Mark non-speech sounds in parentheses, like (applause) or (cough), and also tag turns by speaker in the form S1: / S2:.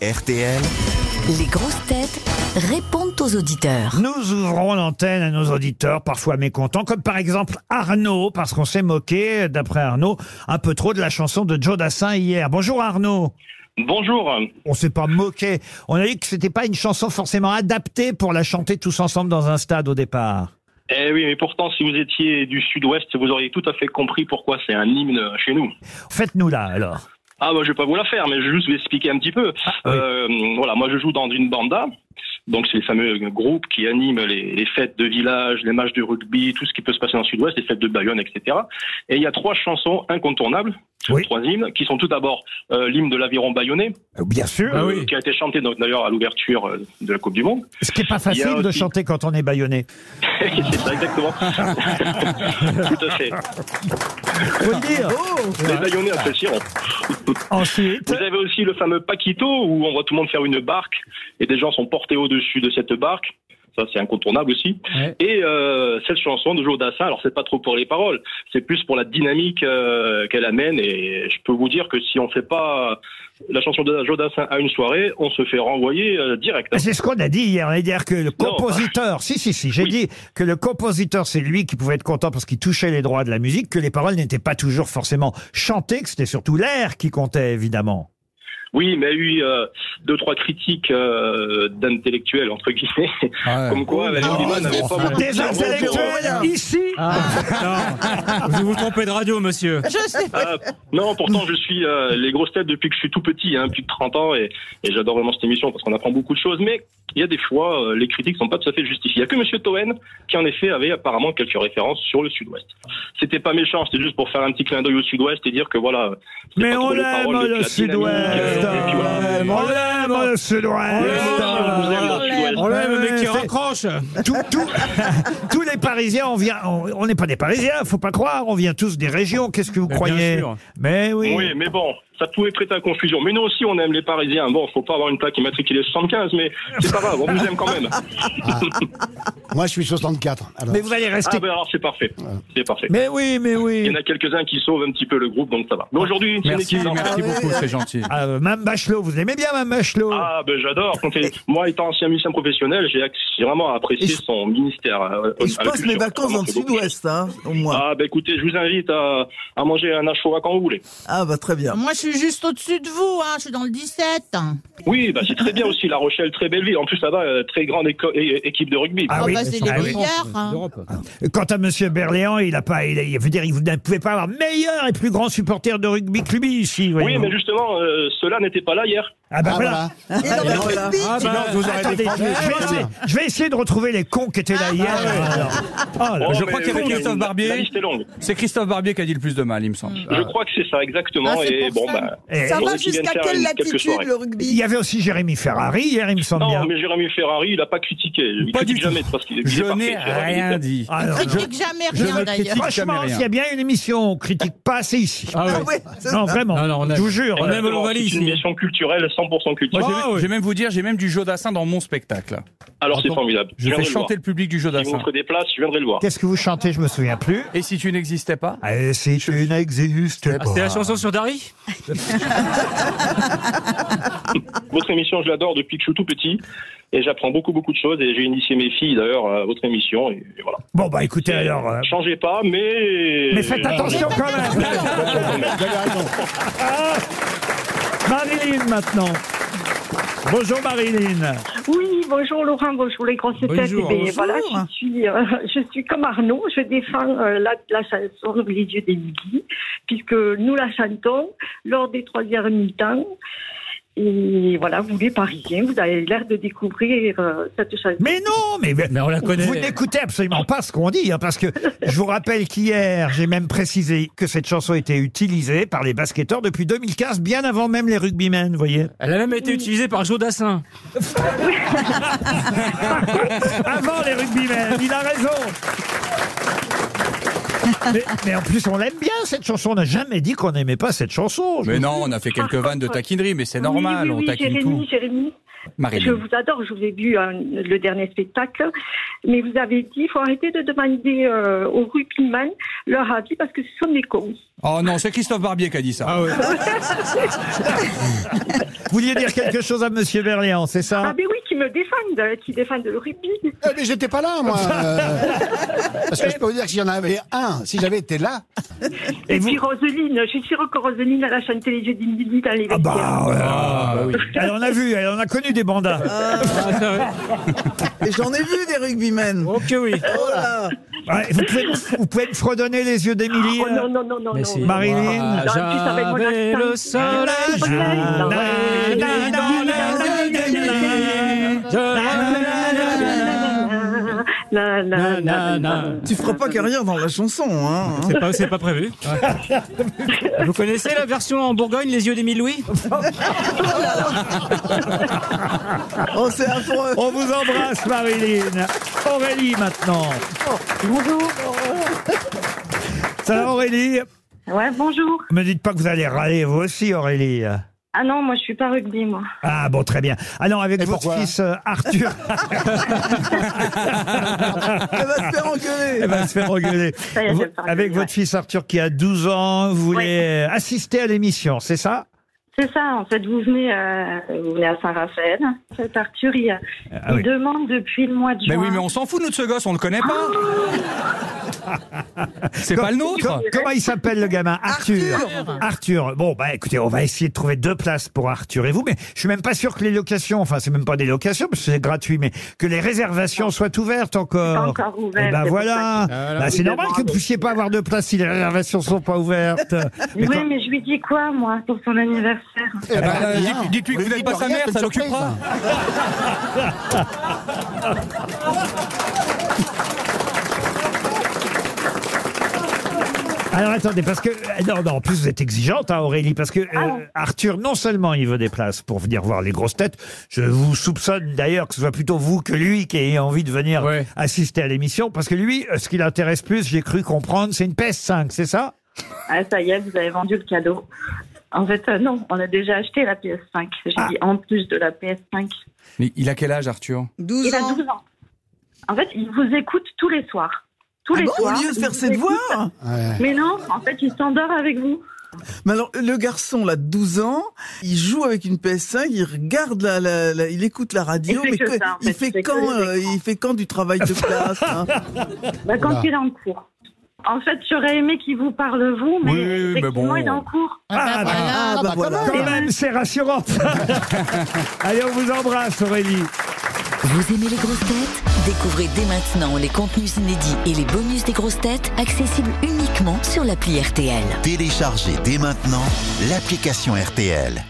S1: RTL.
S2: Les grosses têtes répondent aux auditeurs.
S3: Nous ouvrons l'antenne à nos auditeurs, parfois mécontents, comme par exemple Arnaud, parce qu'on s'est moqué, d'après Arnaud, un peu trop de la chanson de Joe Dassin hier. Bonjour Arnaud.
S4: Bonjour.
S3: On s'est pas moqué. On a dit que c'était pas une chanson forcément adaptée pour la chanter tous ensemble dans un stade au départ.
S4: Eh oui, mais pourtant, si vous étiez du sud-ouest, vous auriez tout à fait compris pourquoi c'est un hymne chez nous.
S3: Faites-nous là alors.
S4: Ah, moi, je vais pas vous la faire, mais je vais juste vous expliquer un petit peu.
S3: Ah, oui.
S4: Euh, voilà, moi, je joue dans une banda. Donc, c'est les fameux groupes qui animent les, les fêtes de village, les matchs de rugby, tout ce qui peut se passer dans le sud-ouest, les fêtes de Bayonne, etc. Et il y a trois chansons incontournables,
S3: Oui.
S4: trois hymnes, qui sont tout d'abord euh, l'hymne de l'aviron bayonnais,
S3: Bien sûr.
S4: euh, qui a été chanté donc, d'ailleurs à l'ouverture euh, de la Coupe du Monde. (laughs)
S3: Ce qui est pas
S4: Il y a
S3: facile de
S4: aussi-
S3: chanter quand on est baïonné.
S4: c'est ça,
S3: (laughs)
S4: exactement. (laughs) tout à fait. Ah
S3: Faut le dire.
S4: Les Bayonnais apprécieront.
S3: Ensuite,
S4: Vous avez aussi le fameux Paquito où on voit tout le monde faire une barque et des gens sont portés au-dessus de cette barque. Ça, c'est incontournable aussi.
S5: Ouais.
S4: Et euh, cette chanson de Joe Dassin, alors c'est pas trop pour les paroles, c'est plus pour la dynamique euh, qu'elle amène. Et je peux vous dire que si on fait pas la chanson de Joe Dassin à une soirée, on se fait renvoyer euh, direct. (laughs)
S3: Ah, c'est ce qu'on a dit hier. On a dit hier que le
S4: Non. bah,
S3: compositeur, si, si, si, j'ai
S4: Oui.
S3: dit que le compositeur, c'est lui qui pouvait être content parce qu'il touchait les droits de la musique, que les paroles n'étaient pas toujours forcément chantées, que c'était surtout l'air qui comptait, évidemment.
S4: Oui, mais il y a eu euh, deux trois critiques euh, d'intellectuels entre guillemets, comme quoi la Shirley n'avait pas beaucoup de
S3: Des
S4: cerveau pour-
S3: intellectuels ici
S5: Vous vous trompez de radio, monsieur.
S4: Ah, non, pourtant, je suis euh, les grosses têtes depuis que je suis tout petit, hein, plus de 30 ans, et, et j'adore vraiment cette émission parce qu'on apprend beaucoup de choses, mais il y a des fois, euh, les critiques sont pas tout à fait justifiées. Il y a que Monsieur Toen qui, en effet, avait apparemment quelques références sur le Sud-Ouest. C'était pas méchant, c'était juste pour faire un petit clin d'œil au Sud-Ouest et dire que voilà. c'était
S3: Mais
S4: pas
S3: on
S4: trop les
S3: l'aime,
S4: paroles,
S3: le
S4: mais la dynamique, euh,
S3: Sud-Ouest
S4: et puis voilà.
S3: On l'aime, le
S4: On vous
S3: Sud-Ouest
S4: aime dans le Sud-Ouest.
S3: On l'aime,
S5: mec qui
S3: c'est-
S5: raccroche.
S3: Tout- tout- (laughs) Tous les Parisiens, on vient, on on n'est pas des Parisiens, faut pas croire, on vient tous des régions, qu'est-ce que vous
S5: Mais bien
S3: croyez
S5: sûr.
S3: Mais oui.
S4: Oui, mais bon, ça pouvait prêter à confusion. Mais nous aussi, on aime les Parisiens. Bon, faut pas avoir une plaque immatriculée 75, mais c'est pas grave, on vous aime quand
S3: (laughs)
S4: même. Ah,
S6: Moi, je suis 64. alors.
S3: Mais vous allez rester.
S4: Ah ben alors, c'est parfait. C'est parfait.
S3: Mais oui, mais
S4: Il y
S3: oui.
S4: en a quelques-uns qui sauvent un petit peu le groupe, donc ça va. Mais aujourd'hui, c'est une
S5: Merci,
S4: équipe d'enfants.
S5: merci beaucoup, c'est gentil.
S3: Ah, euh, Mme Bachelot, vous aimez bien Mme Bachelot
S4: Ah, ben j'adore. Quand t'es- Moi, étant ancien musicien professionnel, j'ai acc- j'ai vraiment apprécié
S7: Et je-
S4: son ministère. euh,
S7: Et je
S4: à la
S7: passe mes
S4: culture.
S7: vacances
S4: Vraiment,
S7: dans le
S4: c'est beaucoup.
S7: sud-ouest, hein, au moins.
S4: Ah, ben écoutez, je vous invite à, à manger un achoa quand vous voulez.
S7: Ah, bah très bien.
S8: Moi, je suis juste au-dessus de vous, hein. je suis dans le 17.
S5: Ah
S8: hein.
S4: Oui, bah c'est très bien aussi, La Rochelle, très belle ville. En plus, là-bas, euh, très grande éco- é- équipe de rugby.
S3: Ah
S8: Ah
S3: oui,
S8: bah, c'est
S3: ah
S8: les
S3: oui.
S8: meilleurs. hein.
S3: Quant à Monsieur Berléand, il a pas, il, a- il veut dire, il ne pouvait pas avoir meilleur et plus grand supporter de rugby que lui ici.
S4: oui,
S3: voyez-vous.
S4: mais justement, euh, ceux-là n'étaient pas là hier.
S3: Ah bah
S6: Ah,
S3: voilà.
S6: voilà.
S7: Et dans le
S6: voilà.
S7: rugby,
S5: Ah bah, vous aurez
S3: Attendez,
S5: des
S3: je, vais- je vais essayer, je vais essayer de retrouver les cons qui étaient là hier. Alors. Oh là
S4: Oh,
S3: là.
S5: je
S4: mais
S5: crois qu'il y avait
S4: oui,
S5: Christophe
S4: la-
S5: Barbier. Ah.
S4: La liste est longue.
S5: C'est Christophe Barbier qui a dit le plus de mal, il me semble.
S9: Mm.
S4: Je crois que c'est ça, exactement.
S8: Ah, c'est
S4: et
S8: pour
S4: bon,
S8: ça.
S4: bah,
S3: Et-
S7: ça
S4: Faudrait
S7: va
S4: qu'il vienne
S7: jusqu'à
S4: faire
S7: quelle
S4: une- quelques
S7: latitude
S4: soirées.
S7: le
S3: il y
S7: rugby
S3: avait aussi Jérémy Ferrari hier, il me semble bien.
S4: non, mais Jérémy Ferrari, il a pas critiqué. Il
S5: Pas
S4: critique
S5: du tout.
S4: jamais parce qu'il il est
S5: Je
S4: parfait,
S5: n'ai
S4: Ferrari.
S5: rien dit.
S3: Ah, non, non.
S8: Critique jamais
S5: je
S8: rien
S5: me
S8: d'ailleurs.
S5: critique.
S3: Franchement,
S5: jamais rien.
S3: s'il y a bien une émission, on critique pas, c'est ici.
S7: Ah ouais, c'est
S3: non,
S7: ça.
S3: vraiment.
S5: Non, non, on aime.
S3: je vous jure.
S5: On aime
S4: Exactement,
S5: l'Ovalie
S4: C'est une
S5: ici.
S4: émission culturelle, 100% culturelle.
S5: Moi, je, vais, je vais même vous dire, j'ai même du Jodassin dans mon spectacle.
S4: Alors c'est
S5: Attends,
S4: formidable.
S5: Je
S4: viendrai
S5: fais
S4: le voir.
S5: chanter le public du
S4: Si vous
S5: Jodassin.
S4: offrez des places, je viendrai le voir.
S3: Qu'est-ce que vous chantez Je me souviens plus.
S5: Et si tu n'existais pas
S3: Ah, si tu n'existes
S5: Ah,
S3: pas.
S5: sur Dari
S4: Votre émission, je l'adore depuis que je suis tout petit. Et j'apprends beaucoup, beaucoup de choses. Et j'ai initié mes filles, d'ailleurs, à votre émission. Et voilà.
S3: Bon, bah écoutez, alors. euh,
S4: Changez pas, mais.
S3: Ah, Mais faites attention quand même. (laughs) Ah Marilyn maintenant. Bonjour Marilyn.
S9: Oui, bonjour Laurent, bonjour les grosses têtes.
S5: Bonjour.
S9: Eh bien,
S7: Bonjour.
S9: Voilà, je suis, euh, (laughs) je suis comme Arnaud, je défends euh, la, la chanson Les yeux des midi, puisque nous la chantons lors des troisièmes mi-temps. Et voilà, vous les Parisiens, vous avez l'air de découvrir euh, cette chanson.
S3: Mais non, mais,
S5: on la
S3: vous n'écoutez absolument pas ce qu'on dit, hein, parce que je vous rappelle qu'hier, j'ai même précisé que cette chanson était utilisée par les basketteurs depuis 2015, bien avant même les rugbymen, vous voyez.
S5: Elle a même été utilisée par Jodassin.
S3: Avant les rugbymen, il a raison. Mais, mais en plus, on l'aime bien cette chanson. On n'a jamais dit qu'on n'aimait pas cette chanson. Je-
S5: Mais non, on a fait quelques vannes de taquinerie, mais c'est
S9: Oui,
S5: normal,
S9: oui,
S5: on
S9: oui,
S5: taquine
S9: Jérémy,
S5: tout.
S9: Jérémy, Je vous adore, je vous ai vu hein, le dernier spectacle, mais vous avez dit, il faut arrêter de demander euh, aux rugbymen leur avis parce que ce sont des cons.
S5: Oh non, c'est Christophe Barbier qui a dit ça.
S3: Ah oui. Vous vouliez dire quelque chose à Monsieur Berléand, c'est
S9: Ah
S3: ça
S9: ben oui, qui me défendent, euh, qui défendent le rugby.
S6: Eh, mais j'étais pas là,
S5: (laughs)
S6: moi. euh. Parce que je peux vous dire que s'il y en avait un, si j'avais été là,
S9: Et,
S3: vous-
S9: puis Roseline, je suis sûre que Roseline, elle a chanté les jeux d'Indy dans les
S3: Ah
S9: vestiaires.
S3: bah, ouais,
S9: Ah,
S3: Elle en a vu, elle en a connu des bandas.
S9: Euh.
S7: Et j'en ai vu des rugbymen.
S5: Ok, oui.
S7: Oh là.
S3: Ouais, vous, pouvez, vous pouvez me fredonner les yeux d'Émilie euh.
S9: Oh non, non, non, non, non.
S3: Marie- Marilyn.
S5: Ah,
S9: avec mon
S5: J'avais
S9: accent.
S5: le soleil.
S3: Na, na, na, na, na, na, na, na.
S9: Na, na, na, na, na.
S7: Tu feras pas carrière dans la chanson, hein.
S5: C'est pas, c'est pas prévu. Vous connaissez la version en Bourgogne, les yeux d'Émile Louis
S7: Oh, c'est affreux.
S3: On vous embrasse, Marilyn. Aurélie, maintenant.
S9: Bonjour.
S3: Ça va, Aurélie
S9: Ouais, bonjour.
S3: Me dites pas que vous allez râler, vous aussi, Aurélie.
S9: Ah non, moi je suis pas rugby, moi.
S3: Ah bon, très bien. Alors, avec
S6: Et
S3: votre
S6: pourquoi
S3: fils euh, Arthur,
S7: Elle va se faire engueuler.
S3: Eh ben, elle va
S9: (laughs)
S3: se faire engueuler.
S9: Ça y est, je vais
S3: Vo-
S9: parler,
S3: Avec
S9: ouais.
S3: votre fils Arthur qui a 12 ans, vous voulez euh, assister à l'émission, c'est ça
S9: C'est ça, en fait, vous venez, euh, vous venez à Saint-Raphaël. Cet Arthur, il, il
S3: Ah oui.
S9: demande depuis le mois de
S5: Mais
S9: juin.
S5: oui, mais on s'en fout, nous, de ce gosse, on le connaît pas. C'est pas le nôtre.
S3: Com- Comment il s'appelle le gamin Arthur. Arthur. Bon, bah écoutez, on va essayer de trouver deux places pour Arthur et vous, mais je suis même pas sûr que les locations, enfin c'est même pas des locations parce que c'est gratuit, mais que les réservations soient ouvertes encore.
S9: Pas encore ouvert,
S3: Eh ben
S9: c'est pour Ah,
S3: voilà. Bah, c'est
S9: Il
S3: normal que vous
S9: demande.
S3: puissiez pas avoir de place si les réservations sont pas ouvertes. Mais
S9: Oui,
S3: quand-
S9: mais je lui dis quoi, moi, pour son anniversaire
S6: eh ben,
S5: Euh,
S6: bien.
S5: dites- Dites-lui que
S6: Vous
S5: vous n'êtes
S6: dites
S5: pas sa
S6: rien,
S5: mère,
S6: c'est
S5: ça
S6: une surprise.
S5: l'occupera.
S3: Alors attendez, parce que euh, non, non, en plus vous êtes exigeante, hein, Aurélie, parce que euh, Arthur, non seulement il veut des places pour venir voir les grosses têtes, je vous soupçonne d'ailleurs que ce soit plutôt vous que lui qui ayez envie de venir
S5: Ouais.
S3: assister à l'émission, parce que lui, euh, ce qui l'intéresse plus, j'ai cru comprendre, c'est une PS5, c'est ça
S9: Ah, ça y est, vous avez vendu le cadeau. En fait, euh, non, on a déjà acheté la PS5. J'ai
S3: Ah.
S9: dit en plus de la PS5.
S5: Mais il a quel âge, Arthur
S7: 12
S9: Il a
S7: ans.
S9: 12 ans. En fait, il vous écoute tous les soirs. Tous
S7: Ah
S9: les
S7: bon,
S9: soirs.
S7: au lieu de
S9: il
S7: faire
S9: vous
S7: ses
S9: écoute.
S7: devoirs.
S6: ouais.
S9: Mais non, en fait, il s'endort avec vous.
S7: Mais alors, le garçon, là, de 12 ans, il joue avec une PS5, il regarde la, la- la- il écoute la radio,
S9: Il fait
S7: mais
S9: que
S7: que-
S9: ça, en
S7: il
S9: fait,
S7: fait
S9: il fait que
S7: quand,
S9: les
S7: euh, il fait quand du travail de classe, hein
S9: Bah, quand
S6: Oula.
S9: il est en cours. En fait, j'aurais aimé qu'il vous parle, vous, mais,
S5: Oui, oui, oui, mais
S9: effectivement,
S5: bon.
S9: il est en cours.
S3: Ah, bah,
S7: Ah, bah, voilà.
S3: quand même, c'est rassurant. (laughs) Allez, on vous embrasse, Aurélie.
S2: Vous aimez les grosses têtes Découvrez dès maintenant les contenus inédits et les bonus des grosses têtes accessibles uniquement sur l'appli RTL.
S1: Téléchargez dès maintenant l'application RTL.